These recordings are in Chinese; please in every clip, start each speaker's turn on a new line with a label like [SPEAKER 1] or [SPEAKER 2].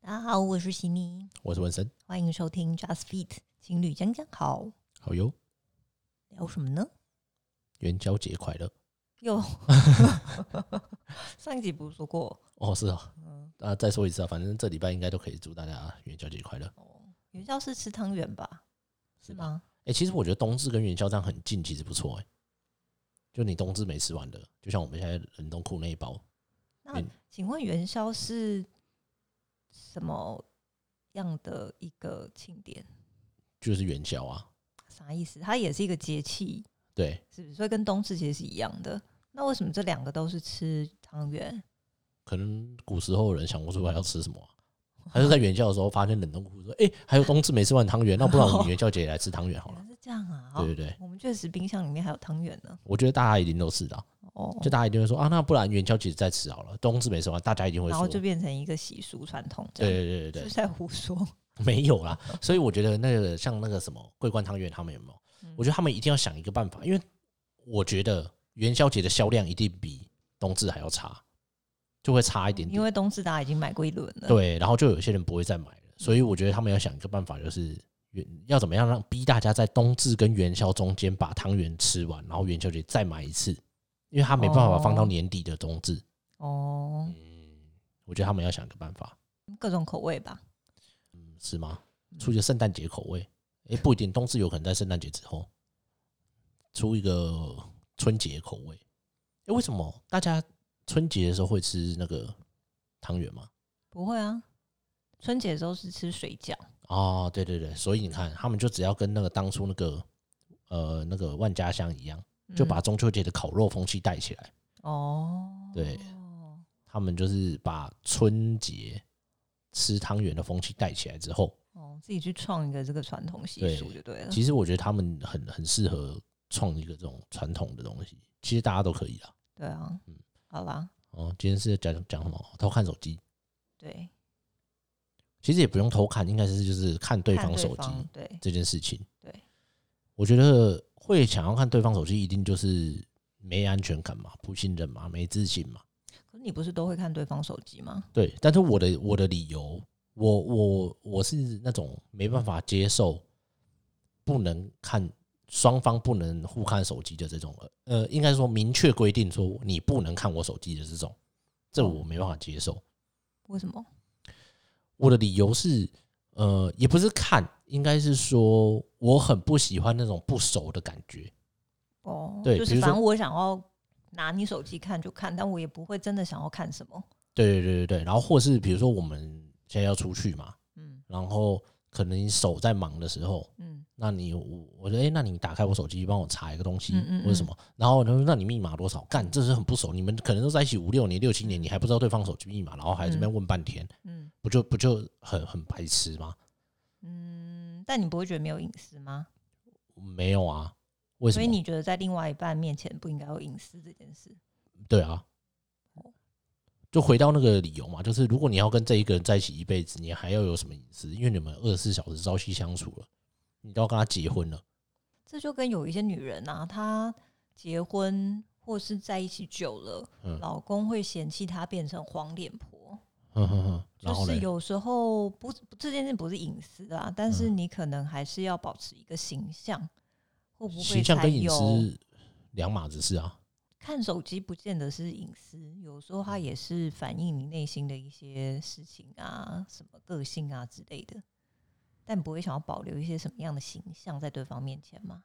[SPEAKER 1] 大家好，我是西米，
[SPEAKER 2] 我是文森，
[SPEAKER 1] 欢迎收听 Just Fit 情侣讲讲好，
[SPEAKER 2] 好哟，
[SPEAKER 1] 聊什么呢？
[SPEAKER 2] 元宵节快乐！
[SPEAKER 1] 哟，上一集不是说过，
[SPEAKER 2] 哦，是啊，
[SPEAKER 1] 嗯，
[SPEAKER 2] 啊，再说一次啊，反正这礼拜应该都可以祝大家啊元宵节快乐，
[SPEAKER 1] 哦，元宵是吃汤圆吧？是
[SPEAKER 2] 是吧？
[SPEAKER 1] 吗？
[SPEAKER 2] 哎、其实我觉得冬至跟元宵这样很近，其实不错哎、就你冬至没吃完的，就像我们现在冷冻库那一包，
[SPEAKER 1] 那
[SPEAKER 2] 嗯
[SPEAKER 1] 请问元宵是什么样的一个庆典？
[SPEAKER 2] 就是元宵啊，
[SPEAKER 1] 啥意思？它也是一个节气，
[SPEAKER 2] 对，
[SPEAKER 1] 是不是？所以跟冬至其实是一样的。那为什么这两个都是吃汤圆？
[SPEAKER 2] 可能古时候的人想不出来要吃什 么啊、他就在元宵的时候发现冷冻库说，哎、还有冬至没吃完汤圆，那不然我们元宵节来吃汤圆好
[SPEAKER 1] 原
[SPEAKER 2] 了。
[SPEAKER 1] 来是这样啊！
[SPEAKER 2] 对对对，
[SPEAKER 1] 我们确实冰箱里面还有汤圆呢。
[SPEAKER 2] 我觉得大家一定都是的啊、
[SPEAKER 1] 哦，
[SPEAKER 2] 就大家一定会说啊，那不然元宵节再吃好了，冬至没吃完，大家一定会
[SPEAKER 1] 然后
[SPEAKER 2] 说，
[SPEAKER 1] 就
[SPEAKER 2] 对
[SPEAKER 1] 变成一个习俗传统这样。
[SPEAKER 2] 对对对对
[SPEAKER 1] 是，在胡说。
[SPEAKER 2] 没有啦，所以我觉得那个像那个什么桂冠汤圆他们有没有？
[SPEAKER 1] 嗯
[SPEAKER 2] 我觉得他们一定要想一个办法，因为我觉得元宵节的销量一定比冬至还要差，就会差一点
[SPEAKER 1] 因
[SPEAKER 2] 点。
[SPEAKER 1] 为冬至大家已经买过一轮了。，
[SPEAKER 2] 对，然后就有些人不会再买
[SPEAKER 1] 嗯
[SPEAKER 2] 了，所以我觉得他们要想一个办法，就是元要怎么样让逼大家在冬至跟元宵中间把汤圆吃完，然后元宵节再买一次，因为他没办法放到
[SPEAKER 1] 哦
[SPEAKER 2] 年底的冬至。
[SPEAKER 1] 哦，
[SPEAKER 2] 嗯，我觉得他们要想一个办法，
[SPEAKER 1] 各种口味吧。
[SPEAKER 2] 嗯，是吗？出一个圣诞节口味，诶，不一定，冬至有可能在圣诞节之后出一个春节口味。诶，为什么大家春节的时候会吃那个汤圆吗？
[SPEAKER 1] 不会啊，春节的时候是吃水饺，
[SPEAKER 2] 哦，对对对，所以你看，他们就只要跟那个当初那个呃那个万家香一样，就把
[SPEAKER 1] 嗯
[SPEAKER 2] 中秋节的烤肉风气带起来。
[SPEAKER 1] 哦，
[SPEAKER 2] 对他们就是把春节吃汤圆的风气带起来之后，
[SPEAKER 1] 哦，自己去创一个这个传统习俗就对了。
[SPEAKER 2] 其实我觉得他们很很适合创一个这种传统的东西，其实大家都可以啦。
[SPEAKER 1] 对啊
[SPEAKER 2] 嗯，
[SPEAKER 1] 好啦，
[SPEAKER 2] 哦，今天是讲讲什么？偷看手机，
[SPEAKER 1] 对，
[SPEAKER 2] 其实也不用偷看，应该是就是看对
[SPEAKER 1] 看
[SPEAKER 2] 方手机
[SPEAKER 1] 方对，
[SPEAKER 2] 这件事情。
[SPEAKER 1] 对，
[SPEAKER 2] 我觉得会想要看对方手机，一定就是没安全感嘛，不信任嘛，没自信嘛。
[SPEAKER 1] 可是你不是都会看对方手机吗？
[SPEAKER 2] 对，但是我的我的理由，我我我是那种没办法接受，不能看双方不能互看手机的这种，呃，应该说明确规定说你不能看我手机的这种，这我没办法接受。
[SPEAKER 1] 为什么？
[SPEAKER 2] 我的理由是，呃，也不是看，应该是说我很不喜欢那种不熟的感觉。
[SPEAKER 1] 哦，
[SPEAKER 2] 对
[SPEAKER 1] 就
[SPEAKER 2] 比
[SPEAKER 1] 是
[SPEAKER 2] 如说
[SPEAKER 1] 反正我想要拿你手机看就看，但我也不会真的想要看什么。
[SPEAKER 2] 对对对对对，然后或是比如说我们现在要出去嘛，
[SPEAKER 1] 嗯
[SPEAKER 2] 然后可能你手在忙的时候，
[SPEAKER 1] 嗯，
[SPEAKER 2] 那你我我说哎、诶那你打开我手机帮我查一个东西
[SPEAKER 1] 嗯嗯嗯
[SPEAKER 2] 或者什么，然后他说那你密码多少？干，这是很不熟，你们可能都在一起五六年、六七年，你还不知道对方手机密码，然后还这边问半天，
[SPEAKER 1] 嗯
[SPEAKER 2] 不就不就很很白痴吗？
[SPEAKER 1] 嗯，但你不会觉得没有隐私吗？
[SPEAKER 2] 没有啊，为什
[SPEAKER 1] 所
[SPEAKER 2] 么？
[SPEAKER 1] 以你觉得在另外一半面前不应该有隐私这件事？
[SPEAKER 2] 对啊，
[SPEAKER 1] 哦
[SPEAKER 2] 就回到那个理由嘛，就是如果你要跟这一个人在一起一辈子，你还要有什么隐私？因为你们二十四小时朝夕相处了，你都要跟他结婚了，
[SPEAKER 1] 这就跟有一些女人啊，她结婚或是在一起久了，
[SPEAKER 2] 嗯
[SPEAKER 1] 老公会嫌弃她变成黄脸婆。
[SPEAKER 2] 哼哼哼，
[SPEAKER 1] 嗯
[SPEAKER 2] 然
[SPEAKER 1] 就
[SPEAKER 2] 后
[SPEAKER 1] 是
[SPEAKER 2] 嘞，
[SPEAKER 1] 有时候不，这件事不是隐私啊，但是
[SPEAKER 2] 嗯
[SPEAKER 1] 你可能还是要保持一个形象，会不会
[SPEAKER 2] 形象
[SPEAKER 1] 才
[SPEAKER 2] 跟隐
[SPEAKER 1] 有？
[SPEAKER 2] 私两码子事啊。
[SPEAKER 1] 看手机不见得是隐私，有时候它也是反映你内心的一些事情啊，什么个性啊之类的。但不会想要保留一些什么样的形象在对方面前吗？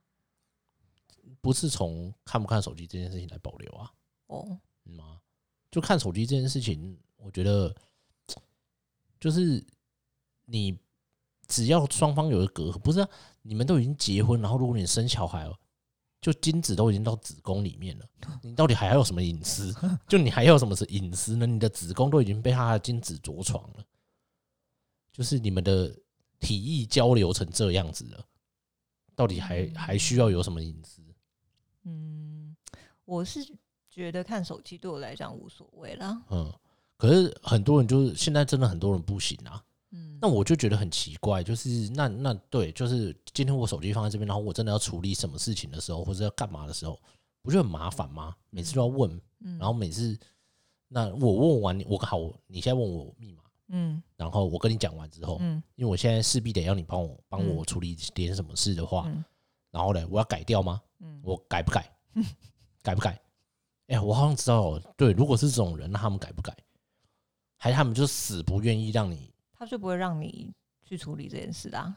[SPEAKER 2] 不是从看不看手机这件事情来保留啊，
[SPEAKER 1] 哦，
[SPEAKER 2] 嗯吗？就看手机这件事情，我觉得就是你只要双方有一个隔阂，不是、啊、你们都已经结婚，然后如果你生小孩了，就精子都已经到子宫里面了，你到底还要有什么隐私？ 就你还要有什么是隐私呢？你的子宫都已经被他的精子着床了，就是你们的体液交流成这样子了，到底还还需要有什么隐私？
[SPEAKER 1] 嗯，我是觉得看手机对我来讲无所谓啦。
[SPEAKER 2] 嗯，可是很多人就是现在真的很多人不行啊。
[SPEAKER 1] 嗯，
[SPEAKER 2] 那我就觉得很奇怪，就是那那对，就是今天我手机放在这边，然后我真的要处理什么事情的时候，或者要干嘛的时候，不就很麻烦吗？每次都要问，
[SPEAKER 1] 嗯
[SPEAKER 2] 然后每次那我问完你，我好，你现在问我密码，
[SPEAKER 1] 嗯
[SPEAKER 2] 然后我跟你讲完之后，
[SPEAKER 1] 嗯
[SPEAKER 2] 因为我现在势必得要你帮我帮
[SPEAKER 1] 嗯
[SPEAKER 2] 我处理点什么事的话，
[SPEAKER 1] 嗯
[SPEAKER 2] 然后呢，我要改掉吗？
[SPEAKER 1] 嗯，
[SPEAKER 2] 我改不 改？改不改？哎、我好像知道哦，对，如果是这种人，那他们改不改？还是他们就死不愿意让你？
[SPEAKER 1] 他就不会让你去处理这件事的啊、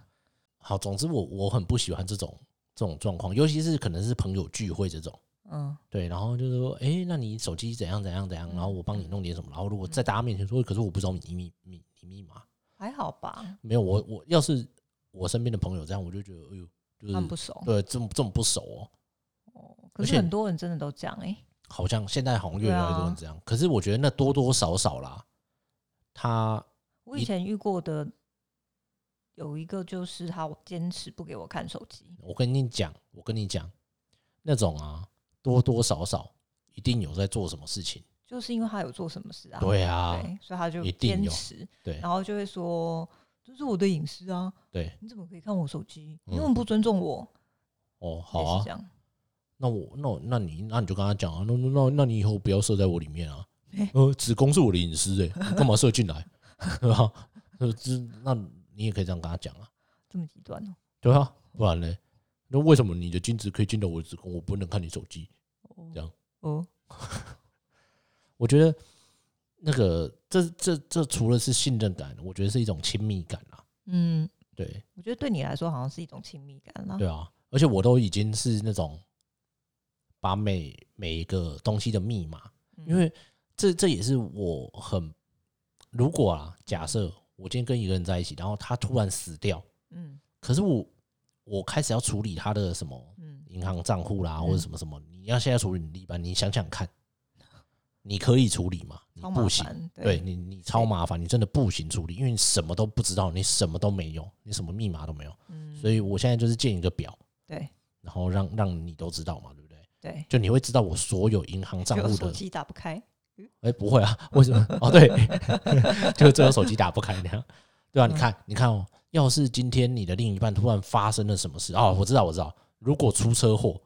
[SPEAKER 2] 好，总之我我很不喜欢这种这种状况，尤其是可能是朋友聚会这种。
[SPEAKER 1] 嗯，
[SPEAKER 2] 对，然后就说，哎、那你手机怎样怎样怎样，然后我
[SPEAKER 1] 嗯
[SPEAKER 2] 帮你弄点什么，然后如果在大家面前说，可是我不知道你密密你密码，
[SPEAKER 1] 还好吧，
[SPEAKER 2] 没有，我我要是我身边的朋友这样，我就觉得，哎呦，就是
[SPEAKER 1] 他们不熟。
[SPEAKER 2] 对呃这么这么不熟哦，
[SPEAKER 1] 哦，可
[SPEAKER 2] 而
[SPEAKER 1] 是
[SPEAKER 2] 且
[SPEAKER 1] 很多人真的都这样哎、
[SPEAKER 2] 好像现在好像越
[SPEAKER 1] 对
[SPEAKER 2] 来越
[SPEAKER 1] 啊
[SPEAKER 2] 多人这样，可是我觉得那多多少少啦，他
[SPEAKER 1] 我
[SPEAKER 2] 一
[SPEAKER 1] 以前遇过的有一个就是他坚持不给我看手机，
[SPEAKER 2] 我跟你讲，我跟你讲，那种啊，多多少少一定有在做什么事情。
[SPEAKER 1] 就是因为他有做什么事啊，
[SPEAKER 2] 对啊，
[SPEAKER 1] 对，所以他就
[SPEAKER 2] 一定
[SPEAKER 1] 坚
[SPEAKER 2] 有
[SPEAKER 1] 持，
[SPEAKER 2] 对
[SPEAKER 1] 然后就会说这是我的隐私啊，
[SPEAKER 2] 对，
[SPEAKER 1] 你怎么可以看我手机？
[SPEAKER 2] 嗯
[SPEAKER 1] 你怎么不尊重我？
[SPEAKER 2] 哦，好
[SPEAKER 1] 类似
[SPEAKER 2] 啊
[SPEAKER 1] 这，样
[SPEAKER 2] 那我那我那你那你就跟他讲啊，那那那那你以后不要射在我里面啊
[SPEAKER 1] 哎，
[SPEAKER 2] 呃，子宫是我的隐私哎、你干嘛射进来？ 对吧？呃，这那你也可以这样跟他讲啊，
[SPEAKER 1] 这么极端哦、
[SPEAKER 2] 对啊，不然呢？那为什么你的精子可以进到我的子宫，我不能看你手机？
[SPEAKER 1] 哦
[SPEAKER 2] 这样
[SPEAKER 1] 哦，
[SPEAKER 2] 我觉得那个这这这除了是信任感，我觉得是一种亲密感啊，
[SPEAKER 1] 嗯，
[SPEAKER 2] 对。
[SPEAKER 1] 我觉得对你来说好像是一种亲密感啦。
[SPEAKER 2] 对啊，而且我都已经是那种把每每一个东西的密码，
[SPEAKER 1] 嗯，
[SPEAKER 2] 因为这这也是我很如果啊，假设我今天跟一个人在一起，然后他突然死掉，
[SPEAKER 1] 嗯
[SPEAKER 2] 可是我我开始要处理他的什么
[SPEAKER 1] 嗯
[SPEAKER 2] 银行账户啦，或者
[SPEAKER 1] 嗯
[SPEAKER 2] 什么什么，你要现在处理你一般，你想想看，你可以处理吗？你
[SPEAKER 1] 超
[SPEAKER 2] 不
[SPEAKER 1] 麻
[SPEAKER 2] 行。
[SPEAKER 1] 烦，
[SPEAKER 2] 对，你，你超麻烦，你真的不行处理，因为你什么都不知道，你什么都没有，你什么密码都没有，
[SPEAKER 1] 嗯，
[SPEAKER 2] 所以我现在就是建一个表，
[SPEAKER 1] 对
[SPEAKER 2] 然后让让你都知道嘛，对不对？
[SPEAKER 1] 对，
[SPEAKER 2] 就你会知道我所有银行账
[SPEAKER 1] 就
[SPEAKER 2] 户
[SPEAKER 1] 手
[SPEAKER 2] 的，
[SPEAKER 1] 机打不开，
[SPEAKER 2] 哎、不会啊，为什么？哦，对， 就只有手机打不开那样，对吧、你看，你看哦，要是今天你的另一半突然发生了什么事，哦，我知道，我知道，如果出车祸，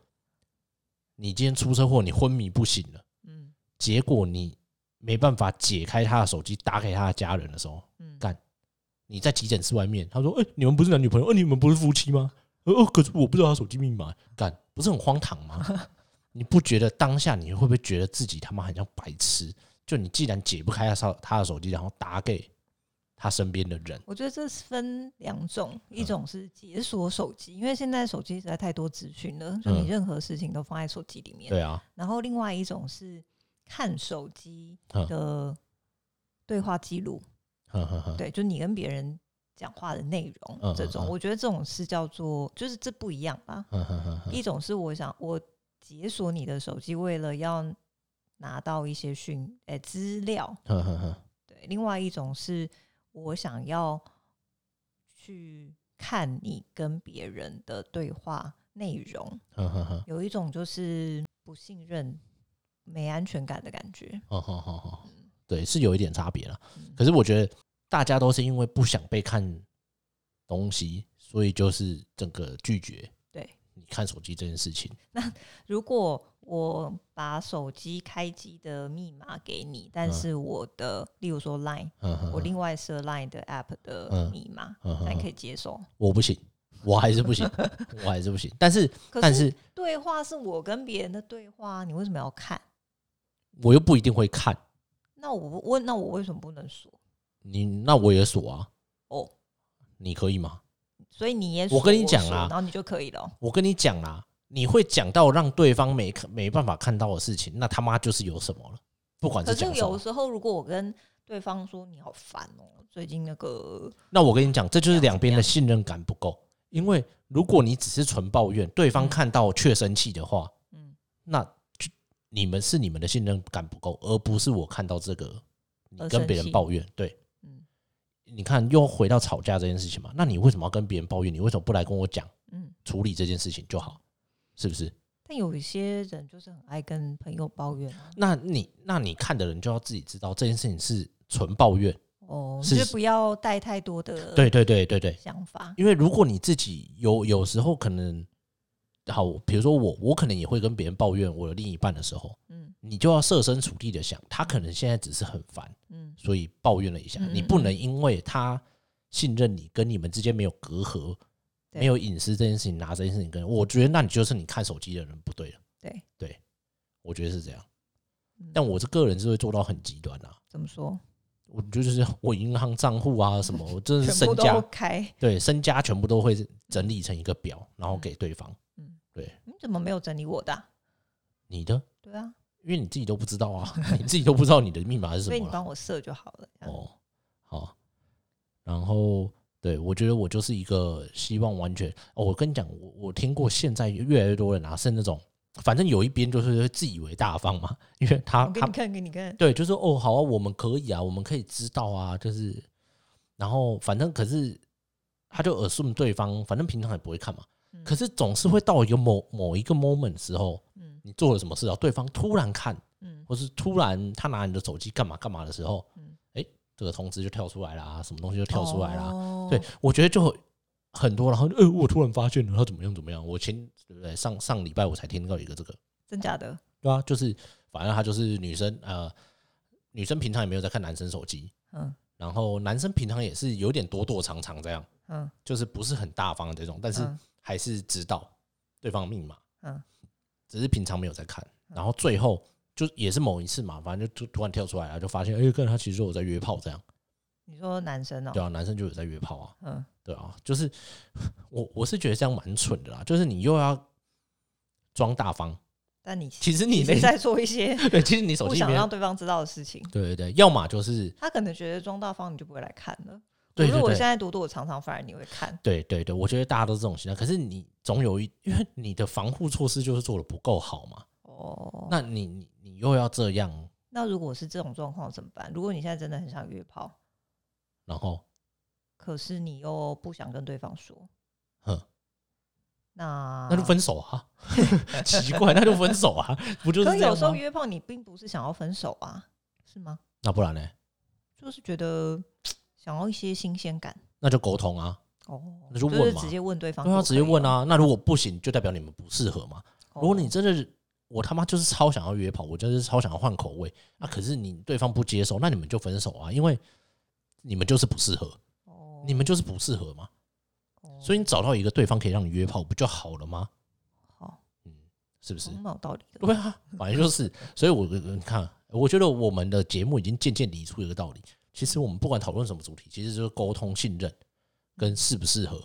[SPEAKER 2] 你今天出车祸，你昏迷不醒了，
[SPEAKER 1] 嗯
[SPEAKER 2] 结果你没办法解开他的手机，打给他的家人的时候，
[SPEAKER 1] 嗯，
[SPEAKER 2] 干你在急诊室外面，他说：“哎、你们不是男女朋友？哎、你们不是夫妻吗？”呃，哦可是我不知道他手机密码，干不是很荒唐 吗？你不觉得当下你会不会觉得自己他妈很像白痴？就你既然解不开他手他的手机，然后打给他身边的人，
[SPEAKER 1] 我觉得这是分两种，
[SPEAKER 2] 嗯
[SPEAKER 1] 一种是解锁手机，因为现在手机实在太多资讯了，就
[SPEAKER 2] 嗯
[SPEAKER 1] 你任何事情都放在手机里面。
[SPEAKER 2] 对啊，
[SPEAKER 1] 然后另外一种是看手机
[SPEAKER 2] 嗯
[SPEAKER 1] 的对话记录，
[SPEAKER 2] 呵呵呵，
[SPEAKER 1] 对，就你跟别人讲话的内容、
[SPEAKER 2] 嗯
[SPEAKER 1] 这
[SPEAKER 2] 嗯
[SPEAKER 1] 种，
[SPEAKER 2] 嗯
[SPEAKER 1] 我觉得这种是叫做，就是这不一样吧。
[SPEAKER 2] 呵呵呵呵
[SPEAKER 1] 一种是我想我解锁你的手机，为了要拿到一些讯诶资料，
[SPEAKER 2] 呵呵呵，
[SPEAKER 1] 对，另外一种是我想要去看你跟别人的对话内容，
[SPEAKER 2] 呵呵呵，
[SPEAKER 1] 有一种就是不信任、没安全感的感觉。
[SPEAKER 2] 哦哦哦哦，对，是有一点差别了。
[SPEAKER 1] 嗯
[SPEAKER 2] 可是我觉得大家都是因为不想被看东西，所以就是整个拒绝
[SPEAKER 1] 对，
[SPEAKER 2] 你看手机这件事情。
[SPEAKER 1] 如果我把手机开机的密码给你，但
[SPEAKER 2] 嗯
[SPEAKER 1] 是我的，例如说 Line，
[SPEAKER 2] 嗯哼
[SPEAKER 1] 我
[SPEAKER 2] 哼
[SPEAKER 1] 另外设 Line 的 App 的
[SPEAKER 2] 嗯
[SPEAKER 1] 密码，
[SPEAKER 2] 嗯
[SPEAKER 1] 那
[SPEAKER 2] 哼
[SPEAKER 1] 你可
[SPEAKER 2] 哼
[SPEAKER 1] 以接受。
[SPEAKER 2] 我不行， 我还是不行， 我还是不行。但是，
[SPEAKER 1] 可
[SPEAKER 2] 但
[SPEAKER 1] 是
[SPEAKER 2] 是
[SPEAKER 1] 对话是我跟别人的对话，你为什么要看？
[SPEAKER 2] 我又不一定会看
[SPEAKER 1] 那我问，那我为什么不能说？
[SPEAKER 2] 你，那我也锁啊，
[SPEAKER 1] 哦，
[SPEAKER 2] 你可以吗？
[SPEAKER 1] 所以你也
[SPEAKER 2] 我跟你
[SPEAKER 1] 说
[SPEAKER 2] 讲
[SPEAKER 1] 说
[SPEAKER 2] 啊
[SPEAKER 1] 然后你就可以了哦。
[SPEAKER 2] 我跟你讲啦，你会讲到让对方没看没办法看到的事情，那他妈就是有什么了。不管
[SPEAKER 1] 可
[SPEAKER 2] 是
[SPEAKER 1] 是
[SPEAKER 2] 讲什
[SPEAKER 1] 有
[SPEAKER 2] 么，
[SPEAKER 1] 时候，如果我跟对方说你好烦哦，最近那个
[SPEAKER 2] 那我跟你讲，这就是
[SPEAKER 1] 怎么样
[SPEAKER 2] 两边的信任感不够。因为如果你只是纯抱怨，对方
[SPEAKER 1] 嗯
[SPEAKER 2] 看到却生气的话，
[SPEAKER 1] 嗯
[SPEAKER 2] 那就你们是你们的信任感不够，而不是我看到这个你
[SPEAKER 1] 而
[SPEAKER 2] 跟
[SPEAKER 1] 呃生
[SPEAKER 2] 别人
[SPEAKER 1] 气
[SPEAKER 2] 抱怨。对，
[SPEAKER 1] 嗯
[SPEAKER 2] 你看，又回到吵架这件事情嘛？那你为什么要跟别人抱怨？你为什么不来跟我讲
[SPEAKER 1] 嗯。
[SPEAKER 2] 处理这件事情就好？是不是？
[SPEAKER 1] 但有一些人就是很爱跟朋友抱怨啊
[SPEAKER 2] 那你那你看的人就要自己知道这件事情是纯抱怨。
[SPEAKER 1] 哦，
[SPEAKER 2] 是
[SPEAKER 1] 就是不要带太多的
[SPEAKER 2] 对对对对对，
[SPEAKER 1] 想法。
[SPEAKER 2] 因为如果你自己有有时候可能好，比如说我，我可能也会跟别人抱怨我的另一半的时候，
[SPEAKER 1] 嗯
[SPEAKER 2] 你就要设身处地的想，他可能现在只是很烦，
[SPEAKER 1] 嗯
[SPEAKER 2] 所以抱怨了一下。
[SPEAKER 1] 嗯嗯
[SPEAKER 2] 你不能因为他信任你，跟你们之间没有隔阂、
[SPEAKER 1] 对
[SPEAKER 2] 没有隐私这件事情，拿这件事情跟我觉得，那你就是你看手机的人不对了。
[SPEAKER 1] 对，
[SPEAKER 2] 我觉得是这样，
[SPEAKER 1] 嗯
[SPEAKER 2] 但我这个人是会做到很极端啊。
[SPEAKER 1] 怎么说？
[SPEAKER 2] 我就是我银行账户啊什 么，我真的是
[SPEAKER 1] 全
[SPEAKER 2] 身
[SPEAKER 1] 部
[SPEAKER 2] 家
[SPEAKER 1] 都开，
[SPEAKER 2] 对身家全部都会整理成一个表，然后给对方
[SPEAKER 1] 你怎么没有整理我的啊、
[SPEAKER 2] 你的，
[SPEAKER 1] 对啊，
[SPEAKER 2] 因为你自己都不知道 啊，你自己都不知道你的密码是什
[SPEAKER 1] 所以你
[SPEAKER 2] 么啊啦
[SPEAKER 1] 帮我设就好了。这样
[SPEAKER 2] 哦，好，然后对我觉得我就是一个希望完全哦，我跟你讲，我我听过现在越来越多人啊是那种，反正有一边就是会自以为大方嘛，因为他
[SPEAKER 1] 我给
[SPEAKER 2] 他
[SPEAKER 1] 你看，给你看，
[SPEAKER 2] 对，就说哦，好啊，我们可以啊，我们可以知道啊，就是，然后反正可是他就耳顺对方，反正平常也不会看嘛，
[SPEAKER 1] 嗯
[SPEAKER 2] 可是总是会到一个某某一个 moment 时候，
[SPEAKER 1] 嗯
[SPEAKER 2] 你做了什么事啊，对方突然看，
[SPEAKER 1] 嗯
[SPEAKER 2] 或是突然他拿你的手机干嘛干嘛的时候
[SPEAKER 1] 嗯，
[SPEAKER 2] 哎、这个通知就跳出来啦，什么东西就跳出来啦，
[SPEAKER 1] 哦
[SPEAKER 2] 对我觉得就很多，然后呃，我突然发现了他怎么样怎么样，我前对不对上上礼拜我才听到一个这个。
[SPEAKER 1] 真假的，
[SPEAKER 2] 对啊，就是反正她就是女生，呃，女生平常也没有在看男生手机，
[SPEAKER 1] 嗯
[SPEAKER 2] 然后男生平常也是有点躲躲藏藏这样，
[SPEAKER 1] 嗯
[SPEAKER 2] 就是不是很大方的这种，但是
[SPEAKER 1] 嗯
[SPEAKER 2] 还是知道对方密码，
[SPEAKER 1] 嗯，
[SPEAKER 2] 只是平常没有在看，然后最后就也是某一次嘛，反正就突突然跳出来了，就发现哎，跟、他其实有在约炮这样，
[SPEAKER 1] 你说男生哦、
[SPEAKER 2] 对啊，男生就有在约炮啊，
[SPEAKER 1] 嗯
[SPEAKER 2] 对啊，就是 我我是觉得这样蛮蠢的啦，就是你又要装大方，
[SPEAKER 1] 但你
[SPEAKER 2] 其实你
[SPEAKER 1] 是
[SPEAKER 2] 那
[SPEAKER 1] 在做一些
[SPEAKER 2] 对，其实你手
[SPEAKER 1] 不
[SPEAKER 2] 机里
[SPEAKER 1] 想
[SPEAKER 2] 面
[SPEAKER 1] 让对方知道的事情。
[SPEAKER 2] 对对对，要么就是
[SPEAKER 1] 他可能觉得装大方，你就不会来看了。
[SPEAKER 2] 对
[SPEAKER 1] 如
[SPEAKER 2] 对
[SPEAKER 1] 果我
[SPEAKER 2] 对
[SPEAKER 1] 现在躲躲藏藏，反而你会看。
[SPEAKER 2] 对对对，我觉得大家都这种心态。可是你总有一，因为你的防护措施就是做的不够好嘛，
[SPEAKER 1] 哦，那
[SPEAKER 2] 那你你你又要这样，
[SPEAKER 1] 如果是这种状况怎么办？如果你现在真的很想约炮，
[SPEAKER 2] 然后
[SPEAKER 1] 可是你又不想跟对方说，
[SPEAKER 2] 哼，
[SPEAKER 1] 那
[SPEAKER 2] 那就分 手啊，奇怪，那就分手啊，不就是
[SPEAKER 1] 可
[SPEAKER 2] 这
[SPEAKER 1] 有
[SPEAKER 2] 样
[SPEAKER 1] 时候
[SPEAKER 2] 吗？
[SPEAKER 1] 约炮，你并不是想要分手啊，是吗？
[SPEAKER 2] 那不然呢？
[SPEAKER 1] 就是觉得想要一些新鲜感
[SPEAKER 2] 那就沟通啊，
[SPEAKER 1] 哦，
[SPEAKER 2] 那就问
[SPEAKER 1] 是
[SPEAKER 2] 嘛
[SPEAKER 1] 直接问对方，
[SPEAKER 2] 对啊，直接问。啊。那如果不行，就代表你们不适合嘛。
[SPEAKER 1] 哦
[SPEAKER 2] 如果你真的是，我他妈就是超想要约炮，我就是超想要换口味，啊，可是你对方不接受，那你们就分手啊，因为你们就是不适合，
[SPEAKER 1] 哦
[SPEAKER 2] 你们就是不适合嘛。
[SPEAKER 1] 哦
[SPEAKER 2] 所以你找到一个对方可以让你约炮，不就好了吗？
[SPEAKER 1] 好，
[SPEAKER 2] 嗯，是不是
[SPEAKER 1] 哦？蛮有道理的。
[SPEAKER 2] 对啊，反正就是，所以我呃你看，我觉得我们的节目已经渐渐理出一个道理。其实我们不管讨论什么主题，其实就是沟通、信任跟适不适合。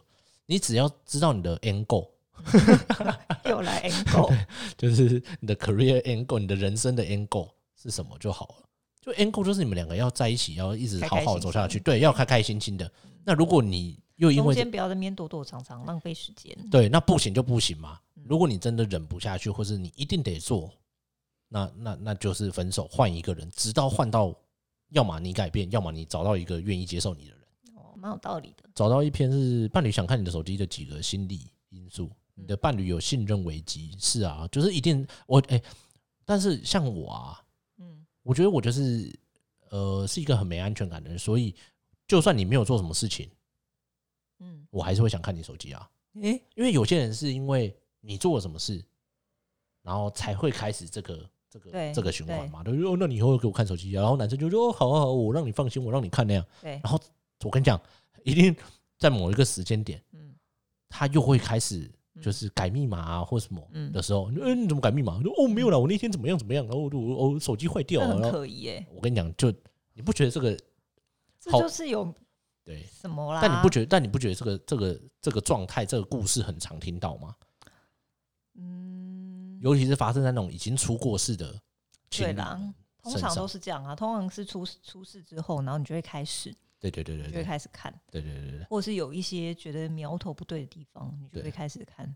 [SPEAKER 2] 你只要知道你的 end goal，啊
[SPEAKER 1] 又来 angle，
[SPEAKER 2] 就是你的 career end goal，你的人生的 end goal 是什么就好了。就 end goal 就是你们两个要在一起，要一直好好地走下去，对，要开开心心的。那如果你又因
[SPEAKER 1] 中
[SPEAKER 2] 为这嗯
[SPEAKER 1] 间不要在那边躲躲藏藏，浪费时间。
[SPEAKER 2] 对，那不行就不行嘛。如果你真的忍不下去，或是你一定得做，那那那就是分手，换一个人，直到换到，要么你改变，要么你找到一个愿意接受你的人。
[SPEAKER 1] 哦，蛮有道理的。
[SPEAKER 2] 找到一篇是伴侣想看你的手机的几个心理因素，你的伴侣有信任危机，是啊，就是一定我哎、但是像我啊，
[SPEAKER 1] 嗯
[SPEAKER 2] 我觉得我就是呃是一个很没安全感的人，所以就算你没有做什么事情，
[SPEAKER 1] 嗯，
[SPEAKER 2] 我还是会想看你手机啊。
[SPEAKER 1] 诶、
[SPEAKER 2] 因为有些人是因为你做了什么事，然后才会开始这个这个
[SPEAKER 1] 对
[SPEAKER 2] 这个循环嘛，就是哦，那你以后给我看手机啊，然后男生就说哦，好啊好啊，我让你放心，我让你看那样。
[SPEAKER 1] 对，
[SPEAKER 2] 然后我跟你讲，一定在某一个时间点，
[SPEAKER 1] 嗯
[SPEAKER 2] 他又会开始
[SPEAKER 1] 嗯
[SPEAKER 2] 就是改密码啊或什么
[SPEAKER 1] 嗯
[SPEAKER 2] 的时候，嗯、你怎么改密码？我说哦，没有啦，我那天怎么样怎么样，然后我就我我手机坏掉
[SPEAKER 1] 这
[SPEAKER 2] 了。
[SPEAKER 1] 很
[SPEAKER 2] 然后
[SPEAKER 1] 可疑诶、
[SPEAKER 2] 我跟你讲，就你不觉得这个
[SPEAKER 1] 这
[SPEAKER 2] 好
[SPEAKER 1] 就是有
[SPEAKER 2] 对？
[SPEAKER 1] 什么啦？
[SPEAKER 2] 但你不觉得？但你不觉得这个这个这个状态，这个故事很常听到吗？
[SPEAKER 1] 嗯，
[SPEAKER 2] 尤其是发生在那种已经出过事的情
[SPEAKER 1] 对
[SPEAKER 2] 侣，
[SPEAKER 1] 啦，通
[SPEAKER 2] 身
[SPEAKER 1] 常
[SPEAKER 2] 上
[SPEAKER 1] 都是这样啊。通常是出事出事之后，然后你就会开始，
[SPEAKER 2] 对对对对
[SPEAKER 1] 你就会
[SPEAKER 2] 对
[SPEAKER 1] 开始看，
[SPEAKER 2] 对对对对。
[SPEAKER 1] 或者是有一些觉得苗头不对的地方，你就
[SPEAKER 2] 对
[SPEAKER 1] 会开始看。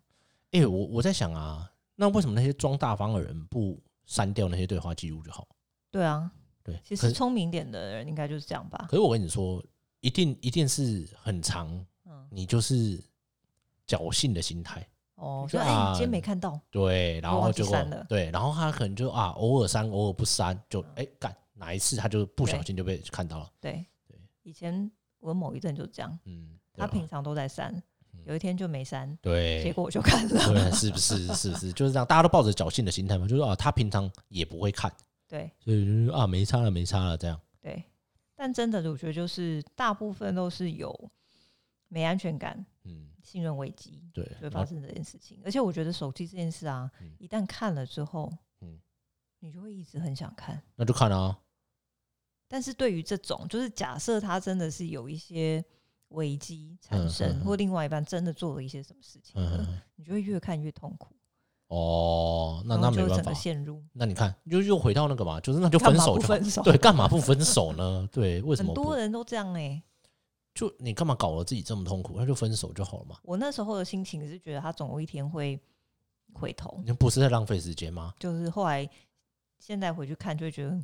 [SPEAKER 2] 哎、我我在想啊，那为什么那些装大方的人不删掉那些对话记录就好？
[SPEAKER 1] 对啊，
[SPEAKER 2] 对，
[SPEAKER 1] 其
[SPEAKER 2] 可
[SPEAKER 1] 实
[SPEAKER 2] 是
[SPEAKER 1] 聪明点的人应该就是这样吧。
[SPEAKER 2] 可是我跟你说，一定一定是很长，
[SPEAKER 1] 嗯，
[SPEAKER 2] 你就是侥幸的心态，
[SPEAKER 1] 哦，
[SPEAKER 2] 就
[SPEAKER 1] 说
[SPEAKER 2] 是
[SPEAKER 1] 哎、
[SPEAKER 2] 啊
[SPEAKER 1] 你今天没看到，
[SPEAKER 2] 对，然
[SPEAKER 1] 忘
[SPEAKER 2] 后
[SPEAKER 1] 记
[SPEAKER 2] 结果
[SPEAKER 1] 删了
[SPEAKER 2] 对，然后他可能就啊，偶尔删，偶尔不删，就哎干、哪一次他就不小
[SPEAKER 1] 对
[SPEAKER 2] 心就被看到了，
[SPEAKER 1] 对
[SPEAKER 2] 对
[SPEAKER 1] 以前我某一阵就这样，
[SPEAKER 2] 嗯，对
[SPEAKER 1] 他
[SPEAKER 2] 啊
[SPEAKER 1] 平常都在删，
[SPEAKER 2] 嗯
[SPEAKER 1] 有一天就没删，
[SPEAKER 2] 对，
[SPEAKER 1] 结果我就看了。
[SPEAKER 2] 对，是不是？是不是？就是这样，大家都抱着侥幸的心态嘛，就是啊，他平常也不会看，
[SPEAKER 1] 对
[SPEAKER 2] 所以就是啊，没差了，没差了，这样。
[SPEAKER 1] 对，但真的我觉得就是大部分都是有没安全感、
[SPEAKER 2] 嗯，
[SPEAKER 1] 信任危机
[SPEAKER 2] 对。
[SPEAKER 1] 就会
[SPEAKER 2] 然
[SPEAKER 1] 发
[SPEAKER 2] 后
[SPEAKER 1] 生这件事情。而且我觉得手机这件事啊，
[SPEAKER 2] 哦嗯
[SPEAKER 1] 一旦看了之后，
[SPEAKER 2] 嗯
[SPEAKER 1] 你就会一直很想看。
[SPEAKER 2] 那就看啊，
[SPEAKER 1] 但是对于这种，就是假设他真的是有一些危机
[SPEAKER 2] 嗯
[SPEAKER 1] 产
[SPEAKER 2] 嗯
[SPEAKER 1] 生，
[SPEAKER 2] 嗯
[SPEAKER 1] 或另外一半真的做了一些什么事情了，
[SPEAKER 2] 嗯，
[SPEAKER 1] 你就会越看越痛苦，
[SPEAKER 2] 哦，那
[SPEAKER 1] 然
[SPEAKER 2] 那
[SPEAKER 1] 后
[SPEAKER 2] 没
[SPEAKER 1] 就
[SPEAKER 2] 办
[SPEAKER 1] 整
[SPEAKER 2] 法
[SPEAKER 1] 个，陷入
[SPEAKER 2] 那你看，就又回到那个嘛，就是那就
[SPEAKER 1] 干
[SPEAKER 2] 分
[SPEAKER 1] 嘛
[SPEAKER 2] 手
[SPEAKER 1] 不
[SPEAKER 2] 就好，
[SPEAKER 1] 分手？
[SPEAKER 2] 对，干嘛不分手呢？对，为什
[SPEAKER 1] 很
[SPEAKER 2] 么不
[SPEAKER 1] 多？人都这样哎、
[SPEAKER 2] 就你干嘛搞得自己这么痛苦？那就分手就好了嘛，
[SPEAKER 1] 我那时候的心情是觉得他总有一天会回头，
[SPEAKER 2] 你不是在浪费时间吗？
[SPEAKER 1] 就是后来现在回去看就会觉得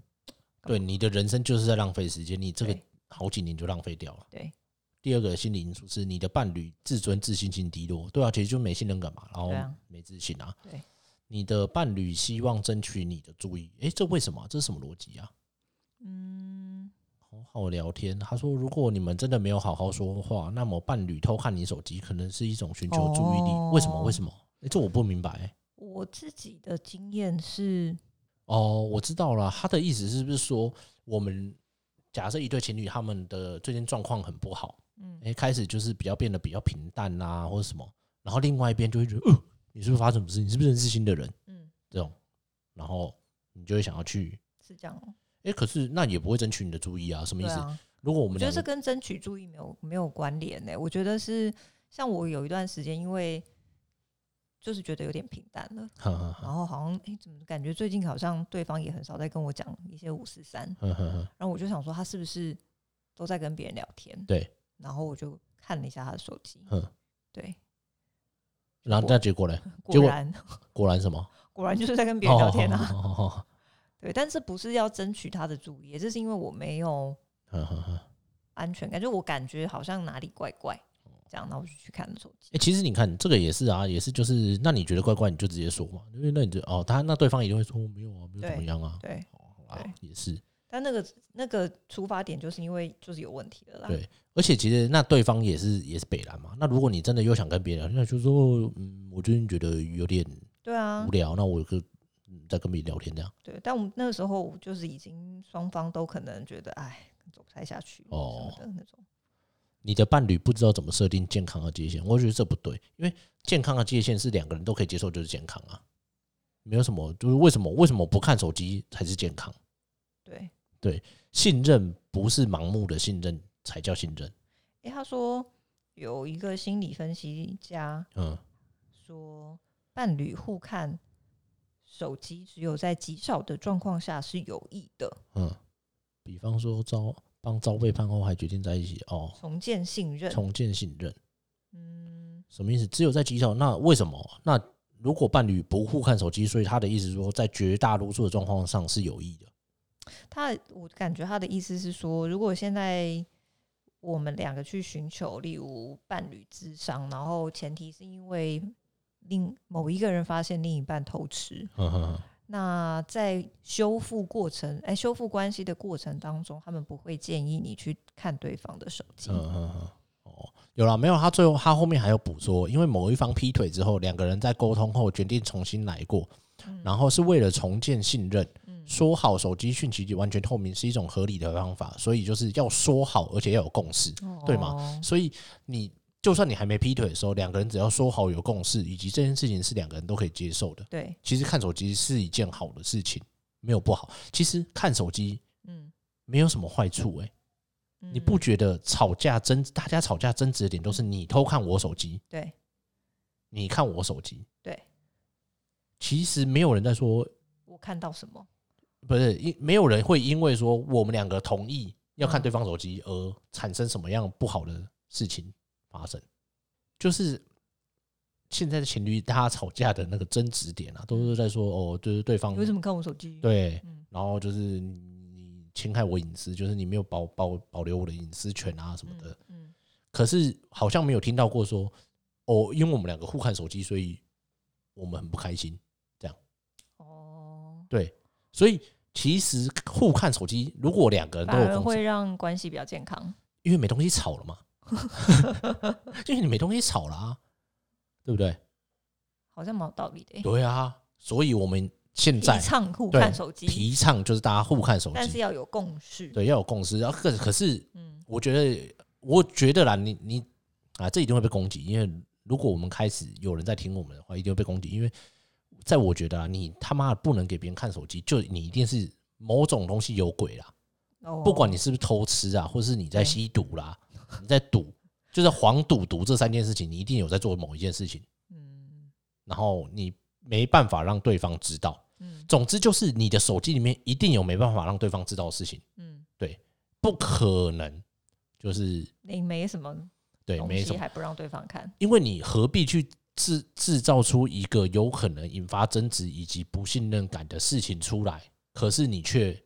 [SPEAKER 2] 对，你的人生就是在浪费时间，你这个
[SPEAKER 1] 对
[SPEAKER 2] 好几年就浪费掉了。
[SPEAKER 1] 对，
[SPEAKER 2] 第二个心理因素是你的伴侣自尊、自信心低落，对啊，其实就没信任感嘛，然后
[SPEAKER 1] 对啊
[SPEAKER 2] 没自信啊。
[SPEAKER 1] 对，
[SPEAKER 2] 你的伴侣希望争取你的注意，诶，这为什么啊、这是什么逻辑啊？
[SPEAKER 1] 嗯，
[SPEAKER 2] 好好聊天，他说，如果你们真的没有好好说话，那么伴侣偷看你手机，可能是一种寻求注意力。
[SPEAKER 1] 哦
[SPEAKER 2] 为什么？为什么？诶，这我不明白、诶
[SPEAKER 1] 我自己的经验是，
[SPEAKER 2] 哦，我知道了，他的意思是不是说，我们假设一对情侣他们的最近状况很不好，
[SPEAKER 1] 嗯，
[SPEAKER 2] 诶，开始就是比较变得比较平淡啊，或者什么，然后另外一边就会觉得，呃，你是不是发生什么事？你是不是认识新的人？
[SPEAKER 1] 嗯，
[SPEAKER 2] 这种，然后你就会想要去，
[SPEAKER 1] 是这样哦。
[SPEAKER 2] 诶，可是那也不会争取你的注意啊，什么意
[SPEAKER 1] 对
[SPEAKER 2] 思？
[SPEAKER 1] 啊，
[SPEAKER 2] 如果我
[SPEAKER 1] 我
[SPEAKER 2] 们
[SPEAKER 1] 觉
[SPEAKER 2] 两
[SPEAKER 1] 得
[SPEAKER 2] 个
[SPEAKER 1] 这跟争取注意没有没有关联呢、我觉得是像我有一段时间，因为就是觉得有点平淡了，
[SPEAKER 2] 哼哼哼
[SPEAKER 1] 然后好像哎、诶怎么感觉最近好像对方也很少在跟我讲一些五四三，
[SPEAKER 2] 哼哼哼
[SPEAKER 1] 然后我就想说他是不是都在跟别人聊天？
[SPEAKER 2] 对。嗯
[SPEAKER 1] 然后我就看了一下他的手机，
[SPEAKER 2] 哼，
[SPEAKER 1] 对，
[SPEAKER 2] 然后
[SPEAKER 1] 我
[SPEAKER 2] 那结 果嘞，结
[SPEAKER 1] 果
[SPEAKER 2] 果
[SPEAKER 1] 然
[SPEAKER 2] 果然什么？
[SPEAKER 1] 果然就是在跟别人聊天啊。
[SPEAKER 2] 哦 哦哦哦
[SPEAKER 1] 对，但是不是要争取他的注意，这是因为我没有
[SPEAKER 2] 哼哼哼
[SPEAKER 1] 安全感，就我感觉好像哪里怪怪，这样，那我就去看了手机。
[SPEAKER 2] 哎、其实你看这个也是啊，也是就是，那你觉得怪怪，你就直接说嘛，因为那你就哦，他那对方一定会说没有啊，没有怎么样啊，
[SPEAKER 1] 对，
[SPEAKER 2] 哦好啦
[SPEAKER 1] 对，
[SPEAKER 2] 也是。
[SPEAKER 1] 但那个那个出发点就是因为就是有问题了啦。
[SPEAKER 2] 对而且其实那对方也是也是北蓝嘛，那如果你真的又想跟别人聊，那就说嗯，我最近觉得有点
[SPEAKER 1] 对啊
[SPEAKER 2] 无，聊，那我就嗯再跟别人聊天这样。
[SPEAKER 1] 对。但我们那个时候就是已经双方都可能觉得，哎，走不太下去什么
[SPEAKER 2] 哦
[SPEAKER 1] 的那种。
[SPEAKER 2] 你的伴侣不知道怎么设定健康的界限，我觉得这不对，因为健康的界限是两个人都可以接受，就是健康啊，没有什么就是为什么为什么不看手机才是健康？
[SPEAKER 1] 对，
[SPEAKER 2] 信任不是盲目的信任才叫信任。
[SPEAKER 1] 诶，他说有一个心理分析家
[SPEAKER 2] 嗯，
[SPEAKER 1] 说，伴侣互看手机只有在极少的状况下是有益的，
[SPEAKER 2] 嗯，比方说遭帮遭背叛后还决定在一起哦，
[SPEAKER 1] 重建信任。
[SPEAKER 2] 重建信任
[SPEAKER 1] 嗯，
[SPEAKER 2] 什么意思？只有在极少那为什么？那如果伴侣不互看手机，所以他的意思是说，在绝大多数的状况上是有益的。
[SPEAKER 1] 他我感觉他的意思是说，如果现在我们两个去寻求，例如伴侣智商，然后前提是因为另某一个人发现另一半偷吃，
[SPEAKER 2] 嗯哼哼，
[SPEAKER 1] 那在修复过程，哎、修复关系的过程当中，他们不会建议你去看对方的手机。
[SPEAKER 2] 嗯哼哼。哦，有啦，没有？他最后他后面还有补说，因为某一方劈腿之后，两个人在沟通后决定重新来过，然后是为了重建信任，
[SPEAKER 1] 嗯
[SPEAKER 2] 说好手机讯息完全透明是一种合理的方法，所以就是要说好，而且要有共识。对嘛
[SPEAKER 1] 哦？
[SPEAKER 2] 所以你就算你还没劈腿的时候，两个人只要说好有共识，以及这件事情是两个人都可以接受的，
[SPEAKER 1] 对，
[SPEAKER 2] 其实看手机是一件好的事情，没有不好。其实看手机
[SPEAKER 1] 嗯，
[SPEAKER 2] 没有什么坏处、欸，你
[SPEAKER 1] 嗯
[SPEAKER 2] 不觉得吵架争大家吵架争执的点都是你偷看我手机，
[SPEAKER 1] 对
[SPEAKER 2] 你看我手机，
[SPEAKER 1] 对，
[SPEAKER 2] 其实没有人在说，
[SPEAKER 1] 我看到什么？
[SPEAKER 2] 不是，因没有人会因为说我们两个同意要
[SPEAKER 1] 嗯
[SPEAKER 2] 看对方手机而产生什么样不好的事情发生。就是现在的情侣，大家吵架的那个争执点啊，都是在
[SPEAKER 1] 嗯
[SPEAKER 2] 说哦，就是对方
[SPEAKER 1] 你为什么看我手机？，
[SPEAKER 2] 对
[SPEAKER 1] 嗯，
[SPEAKER 2] 然后就是你你侵害我隐私，就是你没有保保保留我的隐私权啊什么的。
[SPEAKER 1] 嗯，
[SPEAKER 2] 可是好像没有听到过说哦，因为我们两个互看手机，所以我们很不开心。
[SPEAKER 1] 哦，
[SPEAKER 2] 对，所以其实互看手机，如果两个人都
[SPEAKER 1] 反而
[SPEAKER 2] 有共识，
[SPEAKER 1] 会让关系比较健康。
[SPEAKER 2] 因为没东西吵了嘛。因为你没东西吵啦，对不对？
[SPEAKER 1] 哎好像蛮有道理的、欸。
[SPEAKER 2] 对啊，所以我们现
[SPEAKER 1] 提
[SPEAKER 2] 在
[SPEAKER 1] 倡互
[SPEAKER 2] 对
[SPEAKER 1] 看手机，
[SPEAKER 2] 提倡就是大家互看手
[SPEAKER 1] 但是
[SPEAKER 2] 机，
[SPEAKER 1] 要有共识。
[SPEAKER 2] 对，要有共识。然后可可是
[SPEAKER 1] 嗯，
[SPEAKER 2] 我觉得，我觉得啦，你你啊，这一定会被攻击，因为如果我们开始有人在听我们的话，一定会被攻击，因为在我觉得啊，你他妈的不能给别人看手机，就你一定是某种东西有鬼啦，
[SPEAKER 1] 哦
[SPEAKER 2] 不管你是不是偷吃啊，或是你在
[SPEAKER 1] 对
[SPEAKER 2] 吸毒啦，你在赌，就是黄赌毒这三件事情，你一定有在做某一件事情，
[SPEAKER 1] 嗯
[SPEAKER 2] 然后你没办法让对方知道。
[SPEAKER 1] 嗯
[SPEAKER 2] 总之就是你的手机里面一定有没办法让对方知道的事情，
[SPEAKER 1] 嗯，
[SPEAKER 2] 不可能就是
[SPEAKER 1] 你没什么
[SPEAKER 2] 对，
[SPEAKER 1] 东
[SPEAKER 2] 没什
[SPEAKER 1] 西
[SPEAKER 2] 么，
[SPEAKER 1] 还不让对方看，
[SPEAKER 2] 因为你何必去制制造出一个有可能引发争执以及不信任感的事情出来？可是你却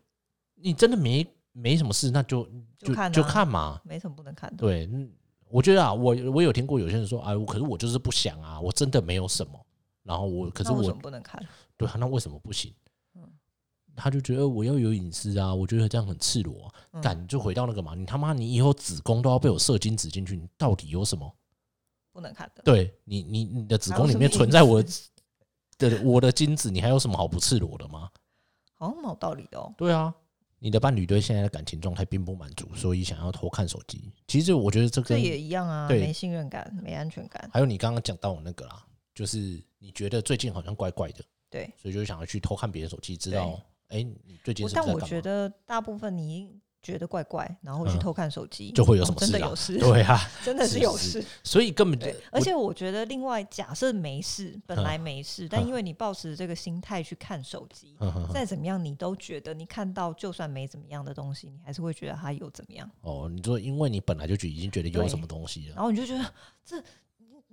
[SPEAKER 2] 你真的没没什么事，那就
[SPEAKER 1] 就看啊
[SPEAKER 2] 就看嘛。
[SPEAKER 1] 没什么不能看的。
[SPEAKER 2] 对，嗯我觉得啊，我我有听过有些人说，哎，我可是我就是不想啊，我真的没有什么。然后我可是
[SPEAKER 1] 那为
[SPEAKER 2] 我
[SPEAKER 1] 什么不能看？
[SPEAKER 2] 对啊，那为什么不行
[SPEAKER 1] 嗯？
[SPEAKER 2] 他就觉得我要有隐私啊，我觉得这样很赤裸、啊，
[SPEAKER 1] 嗯
[SPEAKER 2] 敢、就回到那个嘛，你他妈你以后子宫都要被我射精子进去，你到底有什么？
[SPEAKER 1] 不能看的。
[SPEAKER 2] 对你，你你的子
[SPEAKER 1] 哪
[SPEAKER 2] 宫
[SPEAKER 1] 有
[SPEAKER 2] 里
[SPEAKER 1] 什
[SPEAKER 2] 面
[SPEAKER 1] 么
[SPEAKER 2] 存
[SPEAKER 1] 隐
[SPEAKER 2] 在我的
[SPEAKER 1] 私
[SPEAKER 2] 的我的精子，你还有什么好不赤裸的吗？
[SPEAKER 1] 好像蛮有道理的哦。
[SPEAKER 2] 对啊，你的伴侣对现在的感情状态并不满足，所以想要偷看手机。其实我觉得这
[SPEAKER 1] 这
[SPEAKER 2] 跟
[SPEAKER 1] 也一样啊，
[SPEAKER 2] 对
[SPEAKER 1] 没信任感，没安全感。
[SPEAKER 2] 还有你刚刚讲到我那个啦，就是你觉得最近好像怪怪的，
[SPEAKER 1] 对，
[SPEAKER 2] 所以就想要去偷看别人手机，知道哎、你最近
[SPEAKER 1] 我
[SPEAKER 2] 是不
[SPEAKER 1] 但
[SPEAKER 2] 是在
[SPEAKER 1] 我
[SPEAKER 2] 干
[SPEAKER 1] 觉
[SPEAKER 2] 嘛？
[SPEAKER 1] 得大部分你觉得怪怪，然后去
[SPEAKER 2] 嗯
[SPEAKER 1] 偷看手机，
[SPEAKER 2] 就会有
[SPEAKER 1] 哦
[SPEAKER 2] 什么
[SPEAKER 1] 真
[SPEAKER 2] 事
[SPEAKER 1] 的
[SPEAKER 2] 啊
[SPEAKER 1] 有事，
[SPEAKER 2] 对啊，
[SPEAKER 1] 真的
[SPEAKER 2] 是
[SPEAKER 1] 是有
[SPEAKER 2] 是
[SPEAKER 1] 事。
[SPEAKER 2] 所以根本就
[SPEAKER 1] 对，
[SPEAKER 2] 我
[SPEAKER 1] 而且我觉得另外假设没事，本
[SPEAKER 2] 嗯
[SPEAKER 1] 来没事，但
[SPEAKER 2] 嗯
[SPEAKER 1] 因为你抱持这个心态去看手机，
[SPEAKER 2] 哼哼哼
[SPEAKER 1] 再怎么样你都觉得你看到就算没怎么样的东西，你还是会觉得它有怎么样，
[SPEAKER 2] 哦，你说因为你本来就觉已经觉得有
[SPEAKER 1] 对
[SPEAKER 2] 什么东西了，
[SPEAKER 1] 然后你就觉得这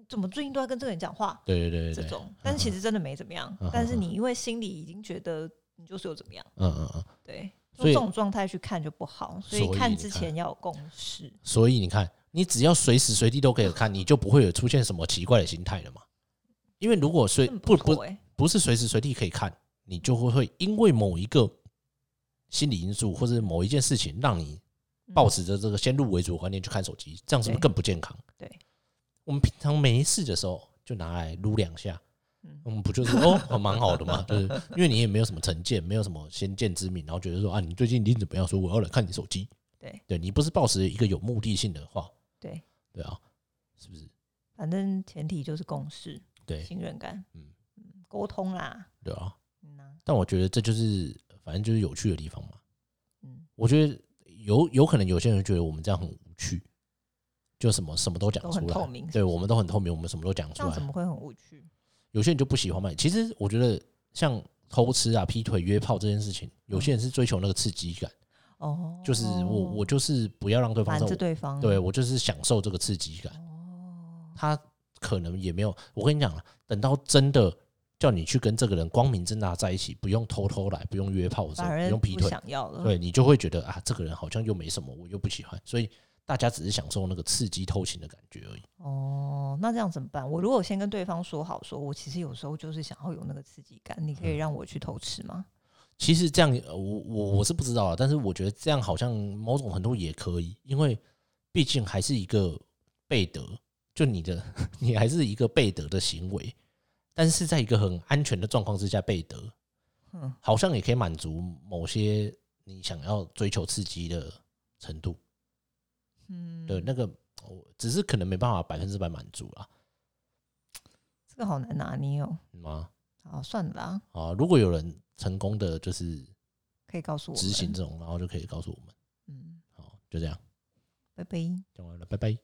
[SPEAKER 1] 怎么最近都在跟这个人讲话
[SPEAKER 2] 对对对
[SPEAKER 1] 这
[SPEAKER 2] 对对，
[SPEAKER 1] 种，但是其实真的没怎么样
[SPEAKER 2] 嗯，
[SPEAKER 1] 但是你因为心里已经觉得你就是有怎么样，
[SPEAKER 2] 嗯嗯嗯，
[SPEAKER 1] 对。用
[SPEAKER 2] 所以
[SPEAKER 1] 这种状态去看就不好，所以
[SPEAKER 2] 所以
[SPEAKER 1] 看
[SPEAKER 2] 你
[SPEAKER 1] 之
[SPEAKER 2] 看
[SPEAKER 1] 前要有共识。
[SPEAKER 2] 所以你看，你只要随时随地都可以看，你就不会有出现什么奇怪的心态了嘛。因为如果随
[SPEAKER 1] 这很
[SPEAKER 2] 不
[SPEAKER 1] 错
[SPEAKER 2] 不
[SPEAKER 1] 欸
[SPEAKER 2] 不是随时随地可以看，你就会会因为某一个心理因素或者某一件事情，让你保持着这个先入为主的观念去看手机，这样是不是
[SPEAKER 1] 对
[SPEAKER 2] 更不健康？
[SPEAKER 1] 嗯对，
[SPEAKER 2] 我们平常没事的时候就拿来撸两下
[SPEAKER 1] 嗯。
[SPEAKER 2] 我们不就是哦，还蛮好的嘛，就是 因为你也没有什么成见，没有什么先见之明，然后觉得说啊，你最近一定怎么样，说我要来看你手机，
[SPEAKER 1] 对
[SPEAKER 2] 对你不是抱持一个有目的性的话，
[SPEAKER 1] 对，
[SPEAKER 2] 对啊，是不是？
[SPEAKER 1] 反正前提就是共识、
[SPEAKER 2] 对
[SPEAKER 1] 信任感，
[SPEAKER 2] 嗯
[SPEAKER 1] 嗯，沟通啦，
[SPEAKER 2] 对啊，
[SPEAKER 1] 嗯呐、
[SPEAKER 2] 但我觉得这就是反正就是有趣的地方嘛。
[SPEAKER 1] 嗯，
[SPEAKER 2] 我觉得有有可能有些人觉得我们这样很无趣，就什么什么都讲
[SPEAKER 1] 都
[SPEAKER 2] 出
[SPEAKER 1] 很透
[SPEAKER 2] 来，
[SPEAKER 1] 明，
[SPEAKER 2] 对我们都很透明，我们什么都讲
[SPEAKER 1] 这
[SPEAKER 2] 出
[SPEAKER 1] 样怎
[SPEAKER 2] 来。
[SPEAKER 1] 么会很无趣？
[SPEAKER 2] 有些人就不喜欢嘛。其实我觉得像偷吃啊、劈腿、约炮这件事情，有些人是追求那个刺激感，
[SPEAKER 1] 嗯哦，
[SPEAKER 2] 就是我我就是不要让对
[SPEAKER 1] 烦
[SPEAKER 2] 方知道
[SPEAKER 1] 着
[SPEAKER 2] 我
[SPEAKER 1] 对方，
[SPEAKER 2] 对我就是享受这个刺激感。
[SPEAKER 1] 哦，
[SPEAKER 2] 他可能也没有。我跟你讲了，等到真的叫你去跟这个人光明正大在一起，不用偷偷来，不用约炮的时候，
[SPEAKER 1] 反
[SPEAKER 2] 不
[SPEAKER 1] 而
[SPEAKER 2] 用劈
[SPEAKER 1] 不
[SPEAKER 2] 腿，
[SPEAKER 1] 想嗯要了，
[SPEAKER 2] 对你就会觉得啊，这个人好像又没什么，我又不喜欢，所以大家只是享受那个刺激偷情的感觉而已。
[SPEAKER 1] 哦，那这样怎么办？我如果先跟对方说好，说我其实有时候就是想要有那个刺激感，你可
[SPEAKER 2] 嗯
[SPEAKER 1] 以让我去偷吃吗？
[SPEAKER 2] 其实这样，呃我我我是不知道啊，但是我觉得这样好像某种程度也可以，因为毕竟还是一个被得，就你的 你还是一个被得的行为，但是在一个很安全的状况之下被得，
[SPEAKER 1] 嗯，
[SPEAKER 2] 好像也可以满足某些你想要追求刺激的程度
[SPEAKER 1] 嗯，
[SPEAKER 2] 对，那个，我只是可能没办法百分之百满足啦，
[SPEAKER 1] 这个好难拿捏哦。
[SPEAKER 2] 嗯啊
[SPEAKER 1] 好，算了啦，
[SPEAKER 2] 啊！如果有人成功的就是
[SPEAKER 1] 可以告诉我们
[SPEAKER 2] 执行这种，然后就可以告诉我们，
[SPEAKER 1] 嗯，
[SPEAKER 2] 好，就这样，
[SPEAKER 1] 拜拜。
[SPEAKER 2] 讲完了，拜拜。